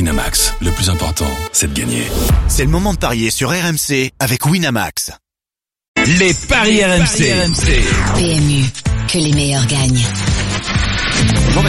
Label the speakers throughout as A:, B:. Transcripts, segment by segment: A: Winamax, le plus important, c'est de gagner.
B: C'est le moment de parier sur RMC avec Winamax.
C: Les paris RMC.
D: PMU, que les meilleurs gagnent.
E: Ouais,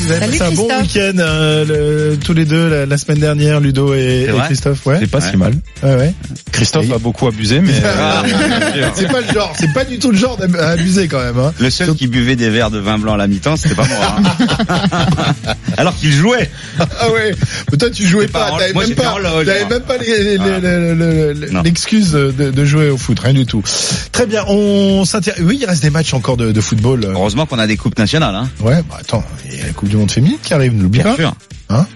E: vous avez
F: Salut
E: passé un bon
F: Christophe.
E: week-end euh, le- tous les deux la, la semaine dernière, Ludo et, et
C: vrai
E: Christophe. Ouais,
G: C'est pas si mal.
E: ouais, ouais.
G: Christophe a beaucoup abusé, mais
H: euh,
E: c'est pas le genre, c'est pas du tout le genre d'abuser quand même. Hein.
H: Le seul qui buvait des verres de vin blanc à la mi-temps, c'était pas moi. hein. Alors qu'il jouait.
E: Ah ouais. Mais toi tu jouais
H: J'étais pas
E: pas,
H: en-
E: t'avais
H: moi,
E: même
H: j'étais
E: pas,
H: en loge,
E: t'avais
H: moi.
E: même pas les- les-
H: Voilà.
E: les- les- les-
H: Non.
E: l'excuse de, de jouer au foot, rien du tout. Très bien, on s'intéresse. Oui, il reste des matchs encore de, de football. euh,
H: Heureusement qu'on a des coupes nationales. Hein.
E: Ouais, bah attends, il y a la Coupe du Monde féminine qui arrive, n'oublie pas.
H: sûr.
E: Hein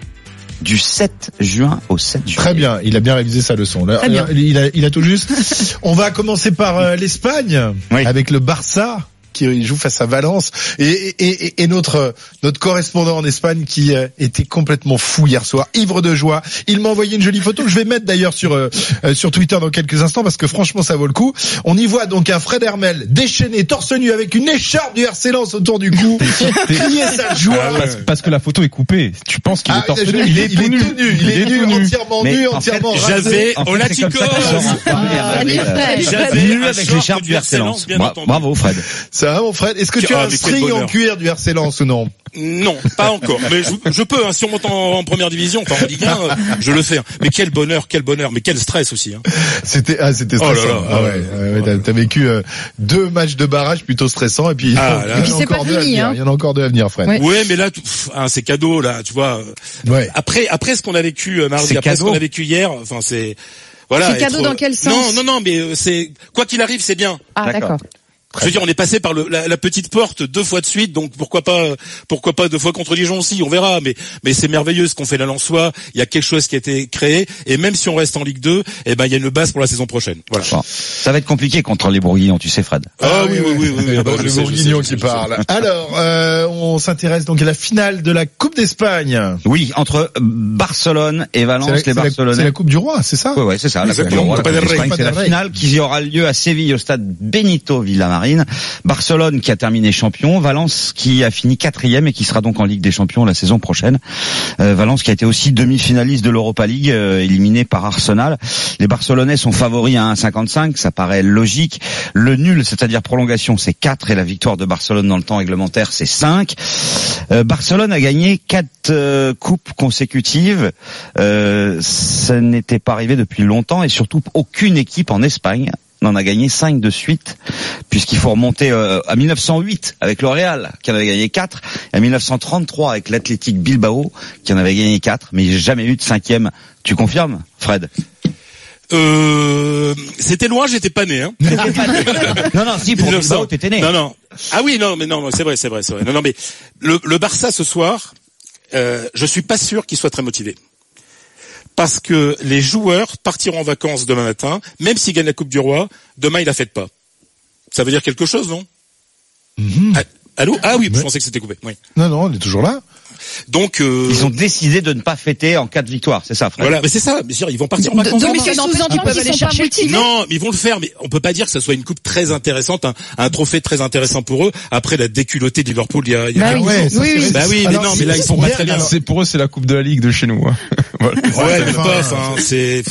H: du 7 juin au 7 juin.
E: Très bien, il a bien révisé sa leçon. Là,
F: Très bien.
E: là, Il, a, il a tout juste. On va commencer par euh, l'Espagne,
H: Oui.
E: avec le Barça qui joue face à Valence et, et, et- et notre euh, notre correspondant en Espagne qui euh, était complètement fou hier soir, ivre de joie. Il m'a envoyé une jolie photo que je vais mettre d'ailleurs sur euh, euh, sur Twitter dans quelques instants parce que franchement ça vaut le coup. On y voit donc un Fred Hermel déchaîné, torse nu avec une écharpe du RC Lens autour du cou, crier sa joie.
H: Ah
G: parce, parce que la photo est coupée. Tu penses qu'il
E: Ah,
G: est torse
E: il,
G: nu, il est tout nu.
E: il est tout nu, entièrement
H: Mais
E: nu,
H: en fait,
E: entièrement rasé.
C: J'avais
H: En fait, c'est comme
C: Olatico.
H: ça qu'ils sont rentrés.
F: Ah,
H: Il y
F: les frères.
H: avait, euh,
C: J'avais
H: Nul
C: un
H: avec
C: short
H: l'écharpe
C: du
H: du RC
C: RC Lens,
H: Lens.
C: bien
H: Bra-
C: entendu.
H: Bravo Fred.
E: Ça va mon Fred Est-ce que tu
C: Ah,
E: as un
C: mais quel
E: string en
C: bonheur.
E: cuir du RC Lens ou non
C: Non, pas encore. Mais je, je peux, hein, si on monte en, en première division, enfin en Ligue 1, euh, je le fais. hein. Mais quel bonheur, quel bonheur, mais quel stress aussi. Hein.
E: C'était ah c'était
C: Oh là
E: stressant.
C: là,
E: ah
C: oh
E: ouais,
C: là
E: ouais, ouais, t'as- t'as vécu euh, deux matchs de barrage plutôt stressants et puis
C: Ah
E: il y en
C: là
E: a
C: là.
F: C'est pas
E: encore deux à
F: fini,
E: venir.
F: hein.
E: Il y en a encore deux à venir Fred.
F: Ouais.
C: Ouais, mais là, tout- pff, hein, c'est cadeau là, tu vois. euh.
E: Ouais.
C: Après, après ce qu'on a vécu euh, mardi,
H: C'est
C: après ce
H: cadeau.
C: qu'on a vécu hier, enfin c'est voilà.
F: C'est cadeau
C: être, euh,
F: dans quel sens
C: Non, non, non, mais euh, c'est quoi qu'il arrive, c'est bien.
F: Ah
H: D'accord.
F: d'accord.
C: Je veux dire, on est passé par le- la, la petite porte deux fois de suite, donc pourquoi pas, euh, pourquoi pas deux fois contre Dijon aussi, on verra. Mais, mais c'est merveilleux ce qu'on fait là en soi. Il y a quelque chose qui a été créé, et même si on reste en Ligue 2, eh ben il y a une base pour la saison prochaine. Voilà.
H: Bon, Ça va être compliqué contre les Bourguignons, tu sais Fred.
C: Ah, oui, oui, oui, oui, oui, ah, bah, je
E: le
C: sais, je
E: Bourguignon
C: sais, je sais,
E: qui
C: je sais.
E: parle. Alors, euh, on s'intéresse donc à la finale de la Coupe d'Espagne.
H: Oui, entre Barcelone et
E: C'est la,
H: Valence, les
E: c'est la- c'est
H: Barcelonais.
E: la Coupe du Roi, c'est ça
H: Ouais, ouais, c'est ça. La, Coupe du
C: Exactement,
H: Roi,
C: Copa
H: la
C: del
H: Coupe
C: Rey,
H: d'Espagne,
E: Copa
H: c'est la
E: del Rey.
H: finale qui aura lieu à Séville au stade Benito Villamarine. Barcelone qui a terminé champion, Valence qui a fini quatrième et qui sera donc en Ligue des Champions la saison prochaine. Euh, Valence qui a été aussi demi-finaliste de l'Europa League, euh, éliminé par Arsenal. Les Barcelonais sont favoris à 1,55, ça paraît logique. Le nul, c'est-à-dire prolongation, c'est 4 et la victoire de Barcelone dans le temps réglementaire, c'est 5. Euh, Barcelone a gagné quatre euh, coupes consécutives. Euh, ça n'était pas arrivé depuis longtemps et surtout aucune équipe en Espagne n'en a gagné cinq de suite puisqu'il faut remonter euh, à 1908 avec le Real qui en avait gagné quatre et à 1933 avec l'Athletic Bilbao qui en avait gagné quatre mais j'ai jamais eu de cinquième. Tu confirmes, Fred
C: Euh, c'était loin, j'étais pas né. Hein.
H: Non, non, si, pour
C: 1900.
H: Bilbao, t'étais né.
C: Non, non. Ah oui, non, mais non, non, c'est vrai, c'est vrai, c'est vrai. Non, non, mais le, le Barça ce soir, euh, je suis pas sûr qu'il soit très motivé. Parce que les joueurs partiront en vacances demain matin, même s'ils gagnent la Coupe du Roi, demain ils la fêtent pas. Ça veut dire quelque chose, non
H: Mhm.
C: Ah, Allô Ah oui, je pensais que c'était coupé. Oui.
E: Non, non, on est toujours là.
C: Donc euh,
H: Ils ont décidé de ne pas fêter en cas de victoire, c'est ça, Fred
C: voilà, mais c'est ça. Mais je veux dire, ils vont partir en
F: Donc
C: vacances. demain.
F: ça sous-entend qu'ils sont pas motivés.
C: Non, mais ils vont le faire, mais on peut pas dire que ça soit une coupe très intéressante, un, un trophée très intéressant pour eux, après la déculottée de Liverpool il y a, il y a
F: Bah
C: quelques
F: oui.
C: jours.
E: Ouais, ça,
F: Oui,
E: c'est
F: oui.
E: vrai.
C: Bah oui, mais
E: Alors,
C: non,
E: si-
C: mais là ils sont pas
E: hier,
C: très bien.
E: alors,
G: C'est pour eux, c'est la Coupe de la Ligue de chez nous. hein. Voilà.
C: Ouais, mais
E: enfin,
C: pas, enfin, c'est.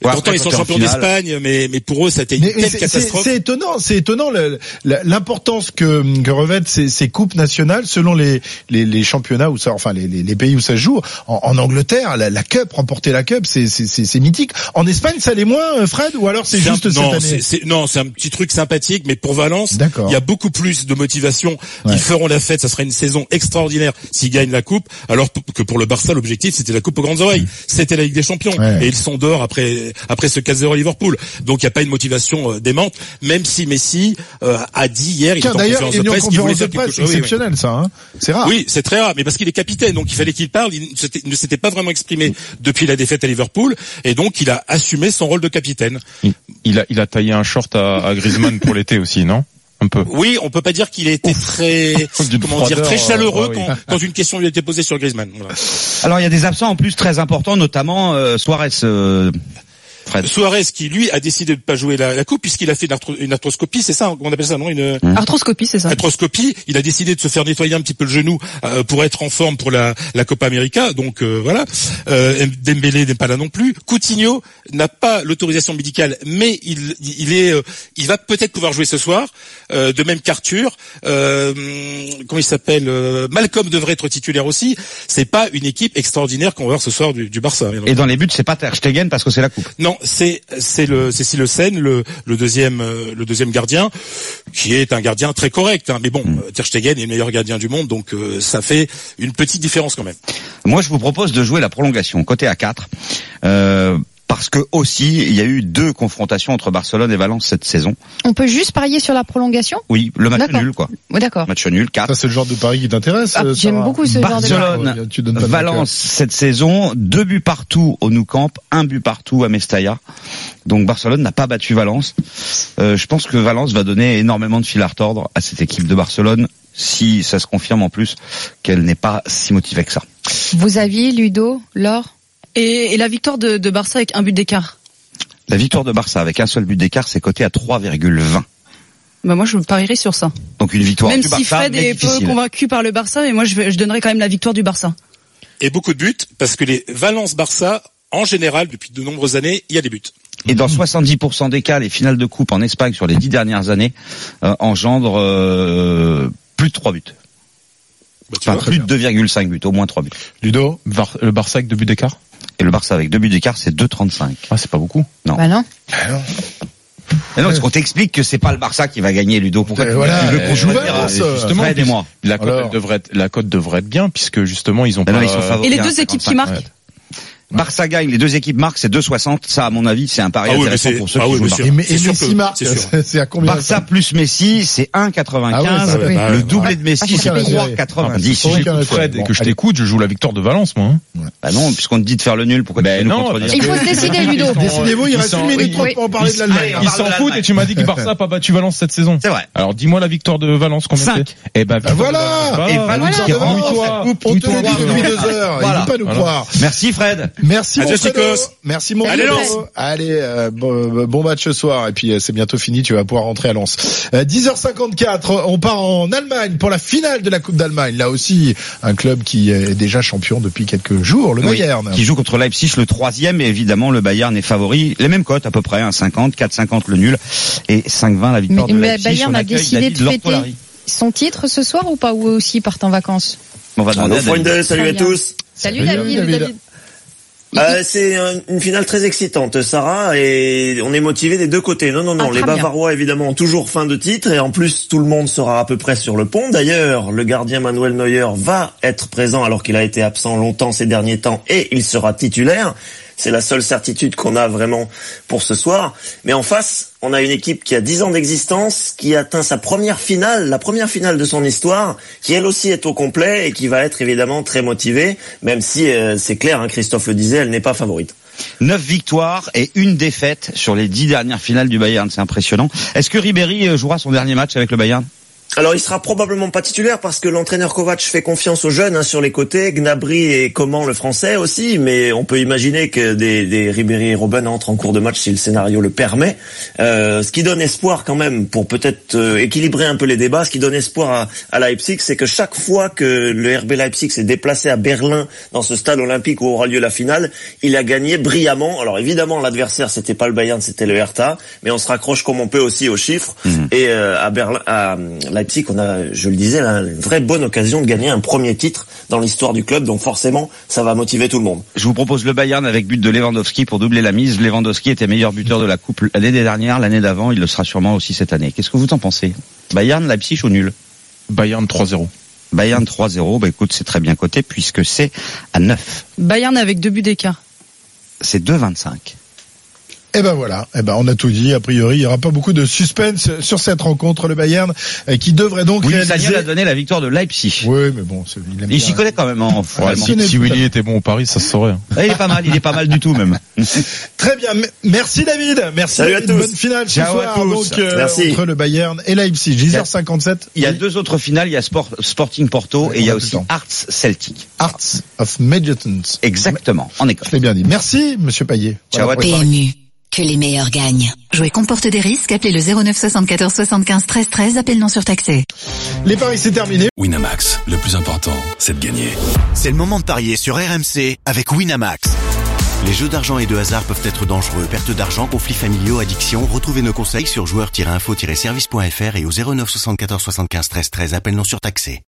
C: Pourtant,
H: après,
C: ils sont
H: quand t'es en
C: champions
H: finale.
C: d'Espagne, mais mais pour eux, ça a été une
E: Mais- mais
C: telle
E: c'est- c'est
C: catastrophe.
E: c'est étonnant, c'est étonnant le- le- l'importance que, que revêtent ces, ces coupes nationales selon les, les, les championnats où ça, enfin les, les, les pays où ça se joue. En, en Angleterre, la, la cup, remporter la cup, c'est- c'est c'est- c'est mythique. En Espagne, ça l'est moins, euh, Fred, ou alors c'est
C: un-
E: juste
C: non,
E: cette année.
C: c'est- c'est- non, c'est un petit truc sympathique, mais pour Valence,
E: D'accord.
C: il y a beaucoup plus de motivation. Ils feront la fête, ça sera une saison extraordinaire s'ils gagnent la coupe. Alors p- que pour le Barça, l'objectif c'était la coupe aux grandes oreilles, c'était la Ligue des Champions,
E: Mm. Ouais.
C: et ils sont dehors après après ce 4-0 à Liverpool. Donc il n'y a pas une motivation euh, démente, même si Messi euh, a dit hier, il
E: Tiens,
C: était en
E: d'ailleurs,
C: conférence
E: il est
C: de
E: venu en
C: presse, qu'il voulait
E: conférence de
C: faire quelque
E: presse, c'est
C: chose. Oui, oui.
E: exceptionnel ça. Hein. C'est
G: Ah.
E: rare.
C: Oui, c'est très rare, mais parce qu'il est capitaine, donc il fallait qu'il parle. Il ne s'était- ne s'était pas vraiment exprimé depuis la défaite à Liverpool, et donc il a assumé son rôle de capitaine.
G: Il, il a, il a taillé un short à, à Griezmann pour l'été aussi, non Un peu.
C: Oui, on peut pas dire qu'il était très,
G: D'une
C: comment dire,
G: froideur,
C: très chaleureux
G: euh,
C: quand,
G: ah
C: quand une question lui a été posée sur Griezmann. Voilà.
H: Alors il y a des absents en plus très importants, notamment euh, Suarez. euh, Fred.
C: Suarez qui lui a décidé de ne pas jouer la, la coupe puisqu'il a fait une, arthro- une arthroscopie, c'est ça qu'on appelle ça non une
F: Arthroscopie, c'est ça.
C: arthroscopie. Il a décidé de se faire nettoyer un petit peu le genou euh, pour être en forme pour la, la Copa América. Donc euh, voilà. Euh, Dembélé n'est pas là non plus. Coutinho n'a pas l'autorisation médicale, mais il, il est, euh, il va peut-être pouvoir jouer ce soir. Euh, de même qu'Arthur. Euh, comment il s'appelle euh, Malcolm devrait être titulaire aussi. C'est pas une équipe extraordinaire qu'on va voir ce soir du, du Barça.
H: Et dans les buts, c'est pas Ter Stegen parce que c'est la coupe.
C: Non, c'est c'est le Cécile Le Sen, le le deuxième euh, le deuxième gardien, qui est un gardien très correct. hein. Mais bon,
G: Mm.
C: euh, Ter Stegen est le meilleur gardien du monde, donc euh, ça fait une petite différence quand même.
H: Moi, je vous propose de jouer la prolongation côté A4. Euh, parce que aussi, il y a eu deux confrontations entre Barcelone et Valence cette saison.
F: On peut juste parier sur la prolongation
H: Oui, le match
F: D'accord.
H: nul, quoi.
F: Oh, D'accord.
H: Match nul, 4.
E: Ça, c'est le genre de pari qui t'intéresse.
F: Ah,
E: euh,
F: J'aime
E: Sarah
F: beaucoup ce genre de match.
H: Barcelone,
E: Ouais, tu donnes pas de
H: Valence cette saison, deux buts partout au Nou Camp, un but partout à Mestalla. Donc Barcelone n'a pas battu Valence. Euh, je pense que Valence va donner énormément de fil à retordre à cette équipe de Barcelone si ça se confirme en plus qu'elle n'est pas si motivée que ça.
F: Vos avis, Ludo, Laure
I: Et, et la victoire de, de Barça avec un but d'écart.
H: La victoire de Barça avec un seul but d'écart, c'est coté à 3,20.
I: Bah moi, je parierais sur ça.
H: Donc une victoire
I: même
H: du
I: si
H: Barça,
I: Fred
H: mais
I: est peu
H: difficile.
I: convaincu par le Barça, mais moi, je, vais- je donnerais quand même la victoire du Barça.
C: Et beaucoup de buts parce que les Valence Barça en général depuis de nombreuses années, il y a des buts.
H: Et dans 70% des cas, les finales de coupe en Espagne sur les dix dernières années euh, engendrent euh, plus de 3 buts.
C: Bah, tu
H: Enfin,
C: vois.
H: plus de 2,5 buts, au moins 3 buts.
E: Ludo,
G: Var- le Barça avec deux buts d'écart
H: Et le Barça avec deux buts d'écart, c'est 2,35.
G: Ah, c'est pas beaucoup.
H: Non.
F: Bah non.
H: Mais non, parce qu'on t'explique que c'est pas le Barça qui va gagner, Ludo. Pourquoi
E: Euh,
H: tu
E: voilà,
H: tu veux
E: euh,
H: qu'on joue
E: ouais,
H: dire,
E: Valence,
H: euh, justement
G: euh,
H: Fred et moi.
G: La cote
E: Alors
G: elle devrait être, la cote devrait être bien puisque justement ils ont Ah
C: Ben
H: Mais
G: pas.
H: non,
C: Euh,
H: ils sont favoris
I: Et les
H: à
I: deux équipes qui
H: 55.
I: marquent
H: Euh, Barça gagne, les deux équipes marquent, c'est 2,60. Ça, à mon avis, c'est un pari
C: Ah oui, mais
H: intéressant
C: c'est-
H: pour ceux
C: ah
H: qui
C: oui,
H: jouent le
C: mais
H: Barça.
E: Et, mais- et
C: C'est sûr
E: Messi
C: que-
E: marque.
C: c'est sûr.
E: C'est c'est à combien
H: Barça plus Messi, c'est 1,95.
E: Ah ouais, ça,
F: ouais, bah
H: le
C: ouais.
H: double doublé de Messi,
E: Ah,
H: c'est
E: c'est vrai.
G: Si
H: 3,90.
E: Ouais.
G: j'écoute Fred et que je t'écoute, je joue la victoire de Valence, moi. hein.
H: Bah non, puisqu'on te dit de faire le nul, pourquoi
G: Ben
H: tu veux nous
G: non,
H: contredire
G: parce
F: Il faut
G: que-
F: se décider,
G: ils
F: Ludo.
G: sont-
E: Décidez-vous, il
G: ils
E: reste
G: sont-
E: une minute
F: oui.
E: trente pour en parler de l'Allemagne.
H: Allez, on
G: Ils
H: parle
G: s'en
H: de
G: foutent et
H: l'Allemagne.
G: tu m'as dit que Barça a pas battu Valence cette saison.
H: C'est vrai.
G: Alors dis-moi la victoire de Valence combien
H: Cinq.
G: c'est Eh ben
E: Bah voilà
G: voilà.
H: Et Valence qui
E: Voilà,
H: rentre.
E: voilà,
G: Mouille-toi.
E: On te
G: Mouille-toi.
E: le dit depuis
G: Voilà.
E: deux heures, il
H: Voilà.
E: ne pas nous
G: Voilà.
E: croire.
H: Merci Fred.
E: Merci mon
C: Adios,
E: Fredo.
C: Chicos.
E: Merci mon
C: Allez,
E: Fredo.
C: Lens.
E: Allez, euh, bon, bon match ce soir et puis euh, c'est bientôt fini, tu vas pouvoir rentrer à Lens. Euh, 10h54, on part en Allemagne pour la finale de la Coupe d'Allemagne. Là aussi, un club qui est déjà champion depuis quelques jours, le
H: Oui,
E: Bayern.
H: Qui joue contre Leipzig le troisième et évidemment le Bayern est favori. Les mêmes cotes à peu près, hein, 1,50, 4,50 le nul et 5,20 la victoire
F: Mais-
H: de
F: mais
H: Leipzig.
F: Bayern
H: On
F: a
H: accueille
F: décidé
H: David
F: de fêter.
H: Lortolari.
F: Son titre ce soir ou pas Ou eux aussi ils partent en vacances
H: On va
C: Ah,
J: Ah,
H: demander à David.
F: Très
J: salut à
F: bien.
J: tous.
F: Salut
E: Salut,
F: David.
E: David.
J: Euh, c'est un- une finale très excitante, Sarah, et on est motivé des deux côtés. Non, non, non,
I: Ah,
J: les
I: très bien.
J: Bavarois évidemment ont toujours fin de titre, et en plus tout le monde sera à peu près sur le pont. D'ailleurs, le gardien Manuel Neuer va être présent alors qu'il a été absent longtemps ces derniers temps, et il sera titulaire. C'est la seule certitude qu'on a vraiment pour ce soir. Mais en face, on a une équipe qui a 10 ans d'existence, qui atteint sa première finale, la première finale de son histoire, qui elle aussi est au complet et qui va être évidemment très motivée, même si euh, c'est clair, hein, Christophe le disait, elle n'est pas favorite.
H: Neuf victoires et une défaite sur les dix dernières finales du Bayern. C'est impressionnant. Est-ce que Ribéry euh, jouera son dernier match avec le Bayern
J: Alors il sera probablement pas titulaire parce que l'entraîneur Kovac fait confiance aux jeunes hein, sur les côtés, Gnabry et Coman le français aussi, mais on peut imaginer que des, des Ribéry et Robben entrent en cours de match si le scénario le permet, Euh, ce qui donne espoir quand même pour peut-être euh, équilibrer un peu les débats, ce qui donne espoir à, à Leipzig, c'est que chaque fois que le RB Leipzig s'est déplacé à Berlin dans ce stade olympique où aura lieu la finale, il a gagné brillamment. Alors évidemment l'adversaire c'était pas le Bayern, c'était le Hertha, mais on se raccroche comme on peut aussi aux chiffres. Et euh, à Berlin, à euh, Leipzig, on a, je le disais, là, une vraie bonne occasion de gagner un premier titre dans l'histoire du club. Donc forcément, ça va motiver tout le monde.
H: Je vous propose le Bayern avec but de Lewandowski pour doubler la mise. Lewandowski était meilleur buteur de la Coupe l'année dernière, l'année d'avant. Il le sera sûrement aussi cette année. Qu'est-ce que vous en pensez Bayern, Leipzig ou nul
G: Bayern 3-0.
H: Bayern 3-0. Bah écoute, c'est très bien coté puisque c'est à 9.
I: Bayern avec deux buts d'écart.
H: C'est 2,25.
E: Et ben voilà, et ben on a tout dit. A priori, il y aura pas beaucoup de suspense sur cette rencontre, le Bayern, euh, qui devrait donc
H: Oui,
E: réaliser.
H: Italien a donné la victoire de Leipzig.
E: Oui, mais bon, c'est- il aime
H: Il s'y
E: bien.
H: connaît quand même hein, en foot allemand.
E: si,
G: si, si Willy était bon au Paris, ça se saurait. hein.
H: Il est pas mal, il est pas mal du tout même.
E: Très bien, M- merci David. Merci.
J: Salut à
E: David.
J: tous.
E: Bonne finale ce
H: Ciao à
E: soir
H: tous.
E: donc euh,
J: Merci.
E: entre le Bayern et Leipzig. 10h57.
H: Il y a deux autres finales, il y a Sport- Sporting Porto
E: Ouais,
H: et il y
E: on
H: a
E: a plus
H: aussi
E: le temps.
H: Arts Celtic.
E: Arts of Medjugorje.
H: Exactement, en Écosse.
E: Je l'ai bien dit. Merci, Monsieur Payet.
H: Ciao à
E: Voilà pour
H: tous.
E: les paris.
D: PMU, que les meilleurs gagnent. Jouer comporte des risques. Appelez le 09 74 75 13 13. Appel non surtaxé.
E: Les paris, c'est terminé.
A: Winamax, le plus important, c'est de gagner.
J: C'est le moment de parier sur RMC avec Winamax. Les jeux d'argent et de hasard peuvent être dangereux. Perte d'argent, conflits familiaux, addiction. Retrouvez nos conseils sur joueurs-info-service.fr et au 09 74 75 13 13. Appel non surtaxé.